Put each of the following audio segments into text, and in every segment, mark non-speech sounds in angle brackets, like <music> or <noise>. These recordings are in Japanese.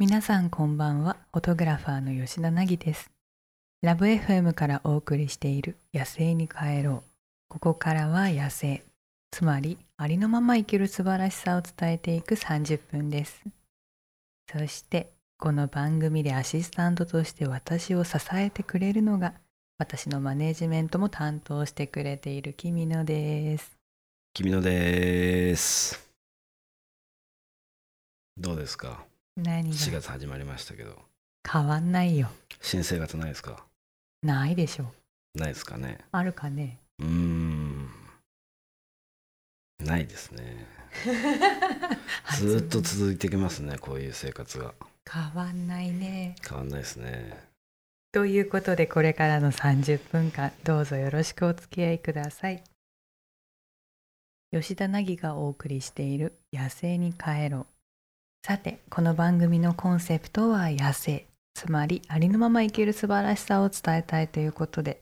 皆さんこんばんはフォトグラファーの吉田凪ですラブ FM からお送りしている野生に帰ろうここからは野生つまりありのまま生きる素晴らしさを伝えていく30分ですそしてこの番組でアシスタントとして私を支えてくれるのが私のマネジメントも担当してくれている君野です君のですどうですか何4が月始まりましたけど変わんないよ新生活ないですかないでしょないですかねあるかねうーんないですねずーっと続いてきますねこういう生活が変わんないね変わんないですねということでこれからの30分間どうぞよろしくお付き合いください吉田凪がお送りしている「野生に帰ろう」さてこの番組のコンセプトは「野生」つまりありのまま生きる素晴らしさを伝えたいということで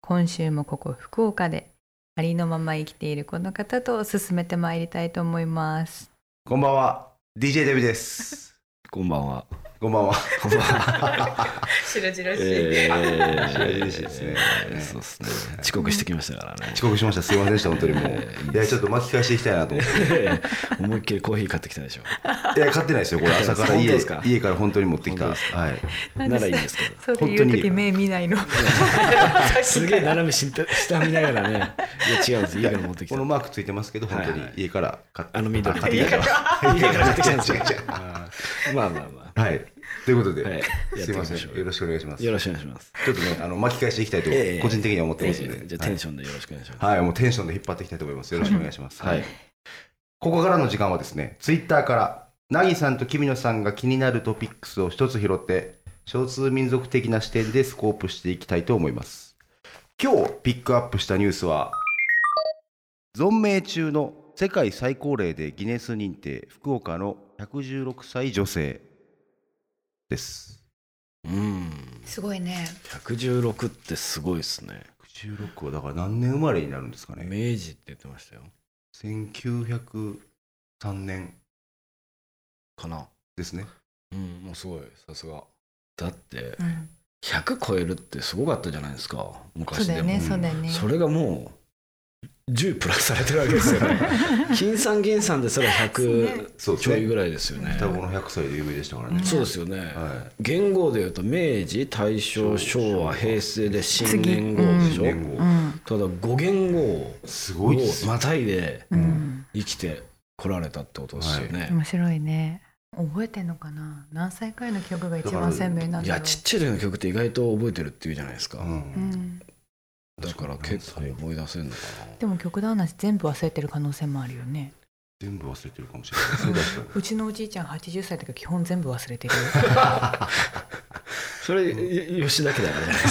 今週もここ福岡でありのまま生きているこの方と進めてまいりたいと思いますこんばんは。DJ デビ <laughs> です。こんばんはこんばんは。こんばんは白々えー嬉しいですねそうですね遅刻してきましたからね遅刻しました。すいませんでした。本当にもう。いや、ちょっと巻き返していきたいな <laughs> と思っえー思いっきりコーヒー買ってきた <laughs> でしょて。いや、買ってないですよ。これ朝から本当家ですか家から本当に持ってきた。本はい。 <laughs> ならいいんですけどそれ言う本当にいい時よ目見ないのすげえ斜め下下見ながらねいや違うんです家から持ってきたこのマークついてますけど、本当はいにはい家から買って。あの緑の買ってきた家家から買ってきたんですよまあまあまはい。ということあ、はいで、、すいません。よろししくお願いします。よちろしくお願いします。ょっとね、あの巻き返していきたいとええ個人的には思ってますんで。じゃあテンションでよろしくお願いします。はい、もうテンションで引っ張っていきたいと思います。よろしくお願いします。はい。ここからの時間はですね、ツイッターから、なぎさんときみのさんが気になるトピックスを一つ拾って、少数民族的な視点でスコープしていきたいと思います。今日ピックアップしたニュースは、存命中の世界最高齢でギネス認定、福岡の116歳女性です。うん。すごいね116ってすごいですね。 116はだから何年生まれになるんですかね。明治って言ってましたよ。 1903年かな。ですね。うん、もうすごい、さすが。だって、うん100超えるってすごかったじゃないですか、そう昔だでよも。ね、うんそうだよね。それがもう、10プラスされてるわけです <laughs> よね。金さん銀さんですら100そうですちょいねぐ。らいですよね。双子の100歳で有名でしたからね。そうですよね。は元号でいうと明治大正昭和平成で新年号次でしょ、年う号ん、ただ5元号をすごいですよ。またいでうん、生きてこられたってことですよね、面白いね。覚えてんのかな。何歳くらいの記憶が一番鮮明なんい、だろう。やちっちゃい時の曲って意外と覚えてるっていうじゃないですか、うんうん、だから結構思い出せるのかでも曲の話全部忘れてる可能性もあるよね。全部忘れてるかもしれない。そうだそうだうちのおじいちゃん80歳だけど基本全部忘れて <laughs> るよ。なそれよ吉だけだからじゃないで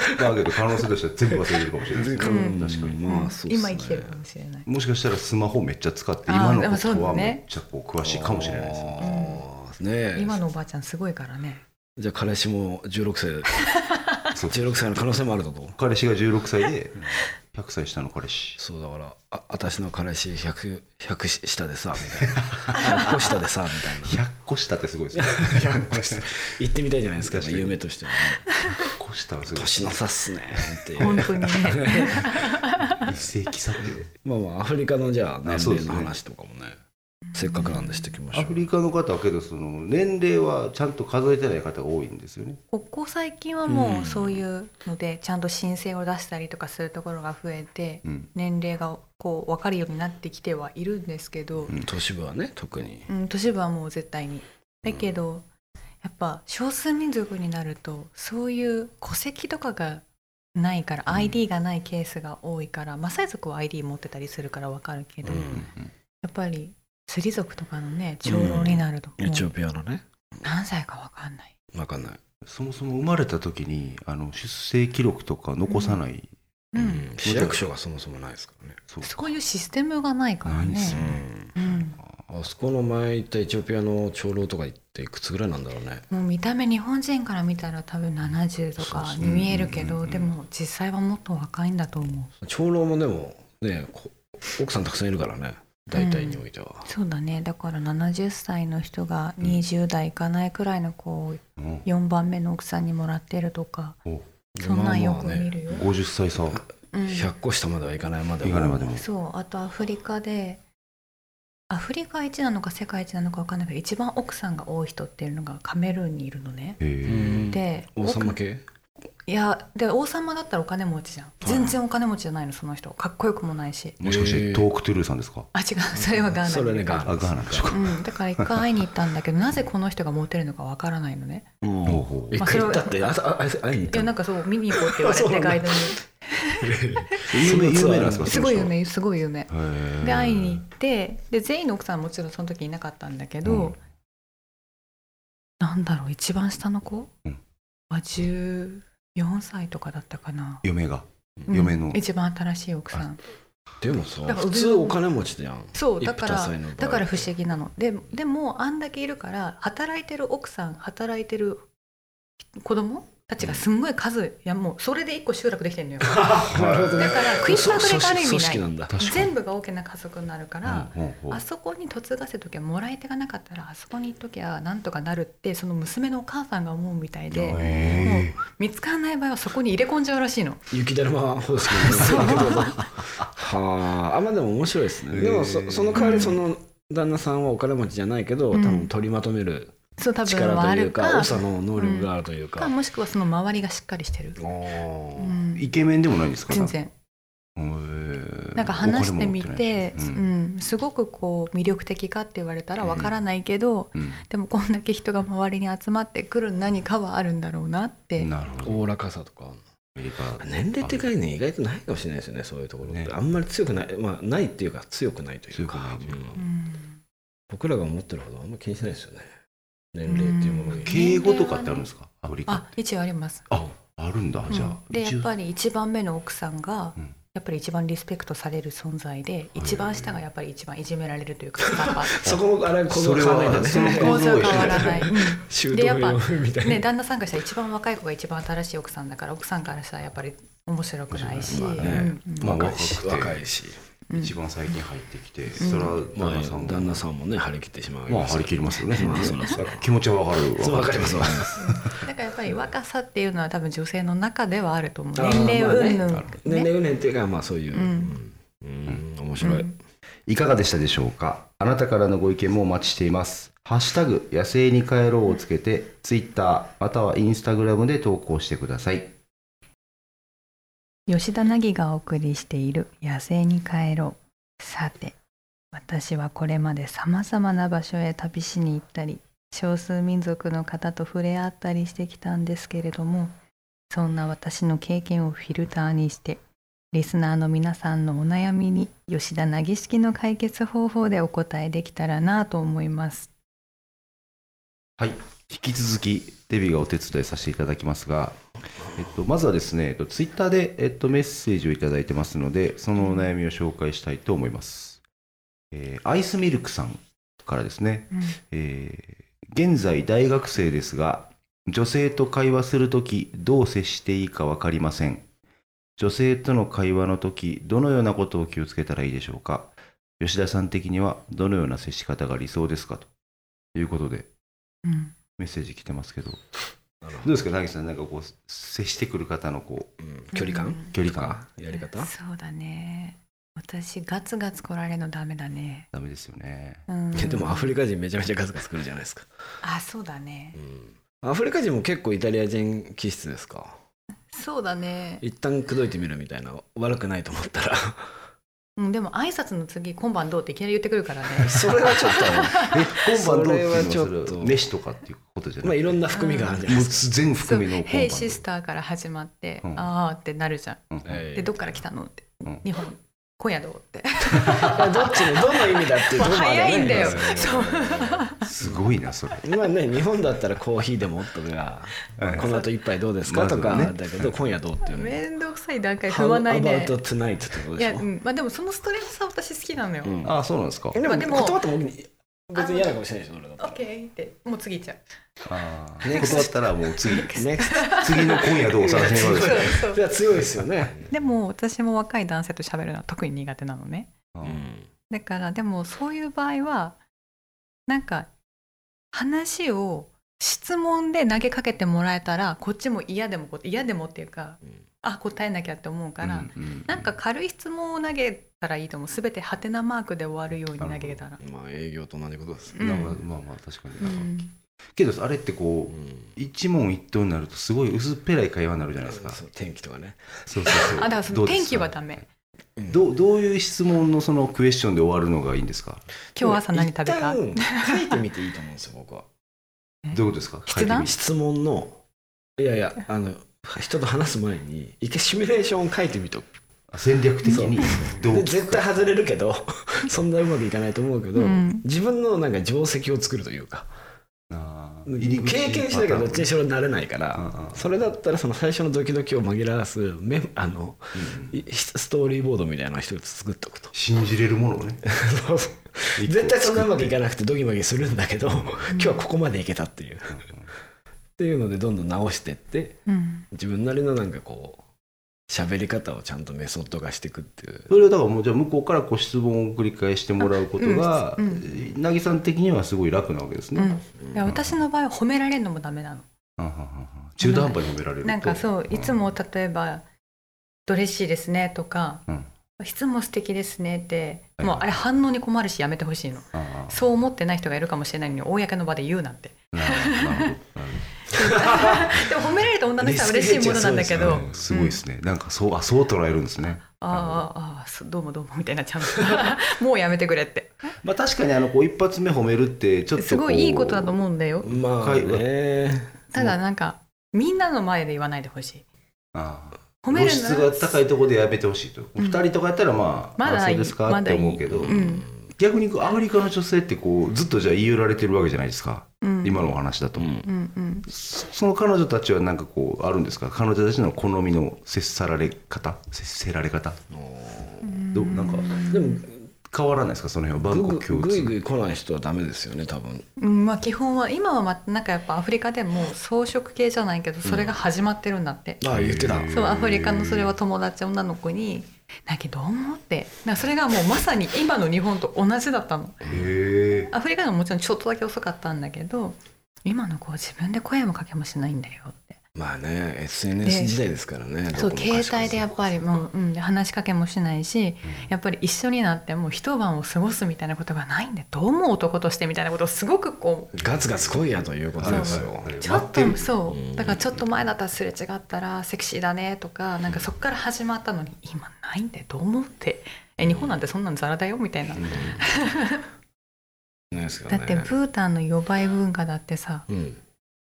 すかだけど可能性としては全部忘れてるかもしれないですね。うん確かに。まあそうっすね今生きてるかもしれない。もしかしたらスマホめっちゃ使ってあー今のでもこそうとだはねめっちゃこう詳しいかもしれないですね。あーねえ今のおばあちゃんすごいからね。 <laughs> じゃあ彼氏も16歳そう16歳の可能性もあるだと彼氏が16歳で100歳下の彼氏。そうだからあ私の彼氏 100, 100下でさみたいな100個下でさみたいな100個下ってすごいですね。 100個下 <laughs> 行ってみたいじゃないですか確かに夢としてはね100個下はすごい。年の差っすねっていう本当にね。 <laughs> 一世紀差って。まあまあアフリカのじゃああ年そうで齢すねの話とかもねせっかくなんでしてきましょアうフリカの方はけどその年齢はちゃんと数えてない方が多いんですよね。ここ最近はもうんうそういうのでちゃんと申請を出したりとかするところが増えてうん。年齢がこう分かるようになってきてはいるんですけど。都市部はね特にうん、都市部はもう絶対にだけど、やっぱ少数民族になるとそういう戸籍とかがないから、ID がないケースが多いからマサイ族は ID 持ってたりするからわかるけど、うんやっぱりスリ族とかのね長老になると、エもチオうピアのね何歳かわかんないわかんないそもそも生まれた時にあの出生記録とか残さない、うんうん市役所がそもそもないですからねそうそういうシステムがないからないんですよね、うん、あそこの前行ったエチオピアの長老とか行っていくつぐらいなんだろうねもう見た目日本人から見たら多分70とかに見えるけど、でも実際はもっと若いんだと思う長老もでもねこ奥さんたくさんいるからね大体においては、そうだねだから70歳の人が20代いかないくらいの子をうん4番目の奥さんにもらってるとかおそんなんよく見るるよ。 50歳差うん100個下まではいかないまでいかないまでもそうあとアフリカでアフリカ一なのか世界一なのか分かんないけど一番奥さんが多い人っていうのがカメルーンにいるのね。へーで王様系奥いやで王様だったらお金持ちじゃん全然お金持ちじゃないのその人かっこよくもないしもしかしてトークトゥルーさんですかあ違うそれはガーナそれねガーナあガーナでしょうかうん、だから一回会いに行ったんだけどなぜこの人がモテるのかわからないのねうんほうほう一回行ったってあああ会いに行っいやたなんのかそう見に行こうって言われそうなてんだガイドに有名有名なんですかすごい有へ名すごい有名ーで会いに行ってで全員の奥さんはもちろんその時いなかったんだけど、うんなんだろう一番下の子うんは14歳とかだったかな、嫁がうん嫁の一番新しい奥さんでもさだから普通お金持 <laughs> ちじゃんそうだか一夫多ら妻の場合だから不思議なのででもあんだけいるから働いてる奥さん働いてる子供たちがすんごい数、いやもうそれで一個集落できてるのよだかなるほどねらクイッパーブレがある意組味織なないんだ全部が大きな家族になるから、ほうほうあそこに嫁がせときゃもらい手がなかったらあそこに行っときゃなんとかなるってその娘のお母さんが思うみたいで、もうへ見つからない場合はそこに入れ込んじゃうらしいの。雪だるま方式そうなんだけどは <laughs> ああまあでも面白いですねへーでもそその代わりその旦那さんはお金持ちじゃないけど多うん分取りまとめるそう多分力はとあいるうかか長の能力があるというかかもしくはその周りがしっかりしてる。ーおうーんイケメンでもないんですか全然ななんか話してみて、ううんんすごくこう魅力的かって言われたらわからないけど、うんでもこんだけ人が周りに集まってくる何かはあるんだろうなって、なるほどおおらかさとかアメリカ年齢って概念意外とないかもしれないですよねそういうところって、ねあんまり強くないまあないっていうか強くないというか強くないというかううんん僕らが思ってるほどあんまり気にしないですよね年齢っていうものにうん敬語とかってあるんですかアフリカあ一応あります。ああるんだじゃあうんでやっぱりり一番目の奥さんが、うんやっぱり一番リスペクトされる存在で一番下がやっぱり一番いじめられるというかなんかそこもあれこそのれ考えはだねその構造は変わらない。 <laughs> いうん修で道やっぱ院みたいなね、旦那さんからしたら一番若い子が一番新しい奥さんだから奥さんからしたらやっぱり面白くないし、まあねうんうんまあ若いし若くて若いしうん一番最近入ってきてそれはまあ旦那さんも旦那さんもね張り切ってしまうまあ張り切りますよねまあ <laughs> そうなんですよ気持ちはわかるそうわかりますわかりますだからやっぱり若さっていうのは多分女性の中ではあると思うあー年齢云々まあね年齢運年っていうかまあそういううんうん面白いいかがでしたでしょうかあなたからのご意見もお待ちしています。ハッシュタグ野生に帰ろうをつけて、ツイッターまたはインスタグラムで投稿してください。吉田凪がお送りしている「野生に帰ろう」さて私はこれまでさまざまな場所へ旅しに行ったり少数民族の方と触れ合ったりしてきたんですけれどもそんな私の経験をフィルターにしてリスナーの皆さんのお悩みに吉田凪式の解決方法でお答えできたらなと思います。引き続きデビューがお手伝いさせていただきますが、えっと、まずはですね、えっと、ツイッターで、えっと、メッセージをいただいてますので、そのお悩みを紹介したいと思います。えーアイスミルクさんからですね、えー現在大学生ですが女性と会話するときどう接していいか分かりません女性との会話のときどのようなことを気をつけたらいいでしょうか吉田さん的にはどのような接し方が理想ですかということでうんメッセージ来てますけどどうですか凪さんなんかこう接してくる方のこうん距離感う距離感やり方そうだね私ガツガツ来られるのダメだね。ダメですよ <laughs> ねうんいやでもアフリカ人めちゃめちゃガツガツくるじゃないですかあそうだねうんアフリカ人も結構イタリア人気質ですかそうだね、一旦口説いてみるみたいな悪くないと思ったらうん、でも挨拶の次今晩どうっていきなり言ってくるからねそれはちょっとえ今晩どうっていうのそれははちょっそとれ飯とかっていうことじゃなくて、まあいろんな含みがあるじゃないもでうすか全含みのそう今ヘイ晩シスター」から始まって「うんああ」ってなるじゃんうん「でどっから来たの?」ってうん「日本今夜どう?」っていやどっちのどの意味だっていうところもあるよね早いんだよそうすごいなそれまあね、日本だったらコーヒーでもとか、この後一杯どうですかまずとか、はねだけど今夜どうっていうの。めんどくさい段階踏まない How ね about tonight ってこといでや、しょう。んまあ、でもそのストレスさ私好きなのよ「うんああそうなんですかでまあも、ででもも断っても別に嫌なかもしれないでしょ、俺だっオたッケーってもう次行っちゃうああね断ったらも <laughs> う次ら。ね、次の今夜どう探しに行くわけですねそれは強いですよね。でも私も若い男性と喋るのは特に苦手なのねあうんだからでもそういう場合はなんか話を質問で投げかけてもらえたらこっちも嫌でもこ嫌でもっていうか、うんあ答えなきゃって思うから、うんうんなんか軽い質問を投げたらいいと思う全てハテナマークで終わるように投げたら。まあ営業と同じことですうねんなんかまあまあ確かに、うんけどあれってこう、一問一答になるとすごい薄っぺらい会話になるじゃないですか、そう天気とかねそうそうそうあだからそどのうです天気はダメどうどういう質問のそのクエスチョンで終わるのがいいんですか今日朝何食べた一旦書いてみていいと思うんですよ僕はどういうことですか筆談質問のいやいやあの人と話す前に一回シミュレーションを書いてみとくあ戦略的にどうで聞絶くか対外れるけど <laughs> そんなうまくいかないと思うけど、うん自分のなんか定石を作るというかあー入り経口験しなきゃどっちにしろなれないかうんらうんそれだったらその最初のドキドキを紛らわすメモあのうんいストーリーボードみたいなのを一つ作っとく <laughs> と信じれるものをね <laughs> 絶対そんなうまくいかなくてドキマキするんだけど今日はここまでいけたっていうっていうのでどんどん直してってうん自分なりのなんかこう喋り方をちゃんとメソッド化していくっていうそれをだからもうじゃあ向こうからこう質問を繰り返してもらうことが、うんなぎさん的にはすごい楽なわけですうんね、いや私の場合は褒められるのもダメなの。うんうんうんうん中途半端に褒められるとなんかそういつも例えば「ドレッシーですね」とかうん「いつも素敵ですね」ってはいもうあれ反応に困るしやめてほしいのあーそう思ってない人がいるかもしれないのに公の場で言うなん <laughs> てなるほどなるほどなるほどでも褒められた女の人は嬉しいものなんだけど、 <laughs> うんすごいですね、なんかそうあそう捉えるんですねああああそうどうもどうもみたいになっちゃう <laughs> もうやめてくれってまあ確かにあのこう一発目褒めるってちょっとすごいいいことだとう思うんだよまあねただなんかみんなの前で言わないでほしいああ褒める露出ながら高いところでやめてほしいと、うん二人とかやったらまあ、まだあいいそうですかまだっいてい思うけど、うん逆にこうアフリカの女性ってこうずっとじゃあ言い寄られてるわけじゃないですか、うん今のお話だと、うんうんうんそその彼女たちはなんかこうあるんですか彼女たちの好みの接さられ方接せられ方どうなんかでも変わらないですかその辺はバンコぐク共ぐいぐ通い来ない人はダメですよね多分うんまあ基本は今はまたなんかやっぱアフリカでも草食系じゃないけどそれが始まってるんだって、ああ言ってたへえそうアフリカのそれは友達女の子に「だけどう思って」なんかそれがもうまさに今の日本と同じだったのへえアフリカのももちろんちょっとだけ遅かったんだけど今の子は自分で声もかけもしないんだよってまあね SNS 時代ですからねそうどこもかしこ携帯でやっぱりもう、うん、話しかけもしないしやっぱり一緒になってもう一晩を過ごすみたいなことがないんでどうも男としてみたいなことをすごくこうガツガツ来いやということですよ、はいはいはいちょっ待ってとるそううんだからちょっと前だったらすれ違ったらセクシーだねとかなんかそこから始まったのに今ないんでどう思ってえ日本なんてそんなんザラだよみたい <laughs> なないですからだねってブータンの予売文化だってさうん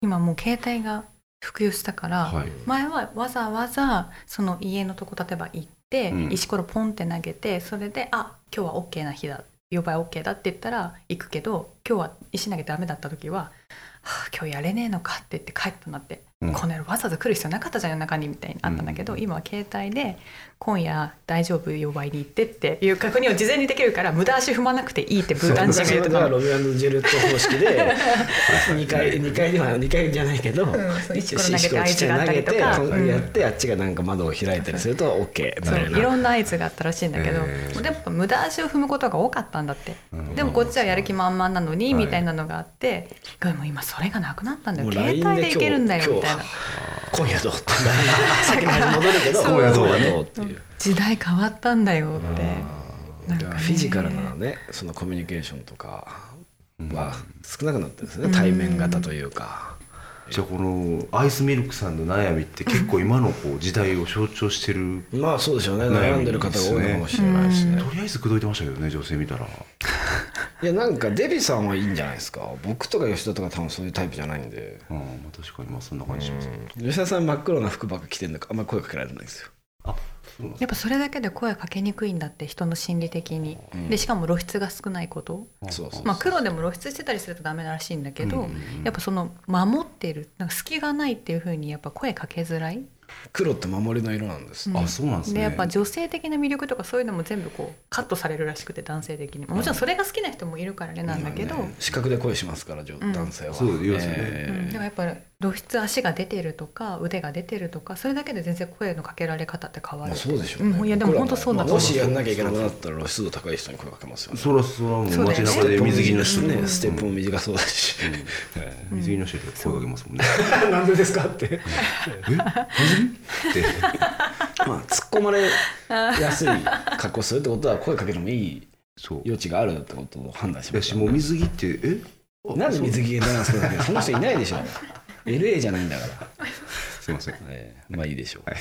今もう携帯が普及したから、はい前はわざわざその家のとこ例えば行って、うん石ころポンって投げてそれで「あ今日は OK な日だ呼ばオ OK だ」って言ったら行くけど今日は石投げダメだった時は「はあ今日やれねえのか」って言って帰ったんだって、うんこの野郎わざわざ来る必要なかったじゃん夜中にみたいにあったんだけど、今は携帯で「今夜大丈夫呼ばいに行って」っていう確認を事前にできるから無駄足踏まなくていい <laughs> ってブータン人が昔言はうとだからロミオンジェルット方式で2回二回では2回じゃないけど、そう石ころ投げて合図があったりとか石ころちっちゃうい投げてんやってあっちがなんか窓を開いたりすると OK みそたういいなろんな合図があったらしいんだけど、へーでも無駄足を踏むことが多かったんだって、うんでもこっちはやる気満々なのに、はいみたいなのがあってでも今それがなくなったんだもよう携 LINE 帯でいけるんだよみたいな今日今夜どうって先の話戻るけどそう今夜どうだろうっていう時代変わったんだよってなんだかねからフィジカルなねそのコミュニケーションとかは少なくなってるんですね、ん対面型というか、じゃあこのアイスミルクさんの悩みって結構今のこう時代を象徴してるまあそうでしょうね悩悩みんでる方が多いのかもしれないですね、とりあえず口説いてましたけどね女性見たらいやなんかデビさんはいいんじゃないですか僕とか吉田とか多分そういうタイプじゃないんでうんまあ確かにまあそんな感じしますね吉田さん真っ黒な服ばっか着てるのかあんまり声かけられないんですよあそうなんですやっぱそれだけで声かけにくいんだって人の心理的に、うんでしかも露出が少ないこと、かそうそうまあ、黒でも露出してたりするとダメらしいんだけど、うんうんうんやっぱその守ってるなんか隙がないっていうふうにやっぱ声かけづらい黒って守りの色なんです、うんあそうなんですでねやっぱ女性的な魅力とかそういうのも全部こうカットされるらしくて男性的にももちろんそれが好きな人もいるからねなんだけど、まあね視覚で恋しますから、女ん男性はそうですよねうんでもやっぱ露出足が出てるとか腕が出てるとかそれだけで全然声のかけられ方って変わるまあ、ってそうでしょうね、うんいやでも僕ら本当そうだと思うもしやんなきゃいけなくなったら露出度高い人に声かけますよねそらそらもうそうだ街よね中で水着の人人ね、ね、ステップも短そうだし、え水着の人で声かけますもんね。え <laughs> なんでですかってってまあ突っ込まれやすい格好するってことは声かけてもいいそう。余地があるってことを判断しまやししたもう水着ってえ？あなんで水着なんですかそんな人いないでしょ LA じゃないんだから、そうすいません。ええまあいいでしょう、はい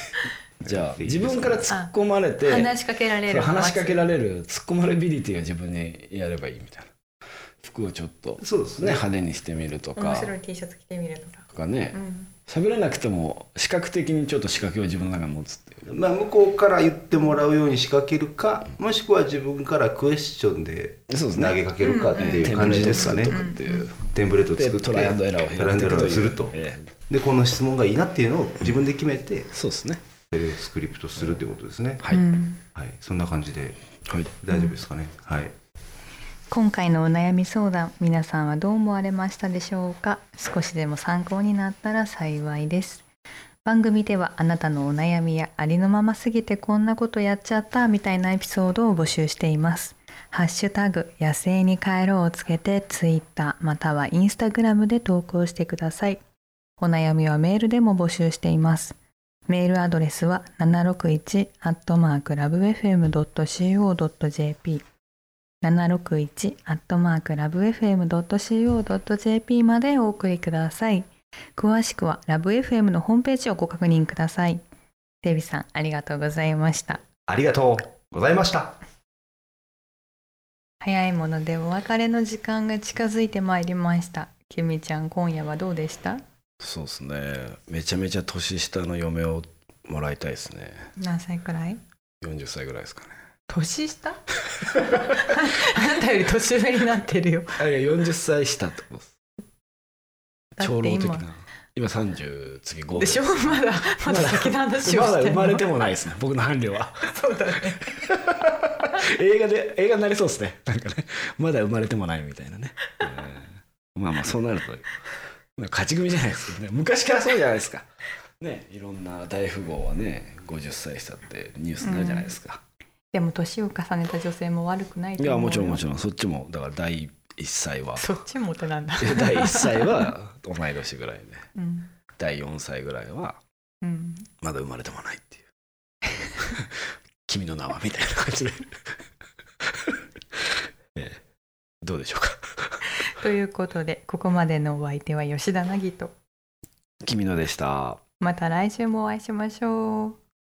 じゃあ自分から突っ込まれて話しかけられそるう話しかけられる突っ込まれビリティを自分でやればいいみたいな服をちょっと、ね、そうですね。派手にしてみると面か白い T シャツ着てみるとか、とかねうん、喋れなくても視覚的にちょっと仕掛けを自分の中に持つっていうまあ向こうから言ってもらうように仕掛けるか、もしくは自分からクエスチョンでそうですね投げかけるかっていう感じですかねテン。プレートを作っとくっていうテンプレートをで作ってトライアンドエラーをトライアンドエラーをすると。ええでこの質問がいいなっていうのを自分で決めてそうですねそれをスクリプトするってことですね。はい、うんはい。そんな感じではい大丈夫ですかね。はい。今回のお悩み相談皆さんはどう思われましたでしょうか少しでも参考になったら幸いです番組ではあなたのお悩みやありのまますぎてこんなことやっちゃったみたいなエピソードを募集していますハッシュタグ野生に帰ろうをつけてツイッターまたはインスタグラムで投稿してくださいお悩みはメールでも募集していますメールアドレスは761アットマークラブ FM.co.jp 761アットマークラブ FM.co.jp までお送りください。詳しくはラブ FM のホームページをご確認ください。デビさん、ありがとうございました。ありがとうございました。早いものでお別れの時間が近づいてまいりました。きみちゃん、今夜はどうでしたそうですねめちゃめちゃ年下の嫁をもらいたいですね何歳くらい40歳ぐらいですかね年下あなたより年上になってるよ。あいや40歳下ってことですだって長老的今。な今30次5でしょまだ、まだ先の話をましだて生るまれてもないですね僕の伴侶はそうだね。映画で映画になりそうですねなんかねまだ生まれてもないみたいなね、えーまあまあそうなると勝ち組じゃないですけどね昔からそうじゃないですかねいろんな大富豪はね50歳下ってニュースになるじゃないですか、でも年を重ねた女性も悪くないとい思うやよもちろんもちろんそっちもだから第1歳はそっちも大人なんだ。第1歳は同い年ぐらいでうん。第4歳ぐらいはうん。まだ生まれてもないっていう <laughs> 君の名はみたいな感じで <laughs> ええどうでしょうかということで、ここまでのお相手は吉田凪と、君のでした。また来週もお会いしましょう。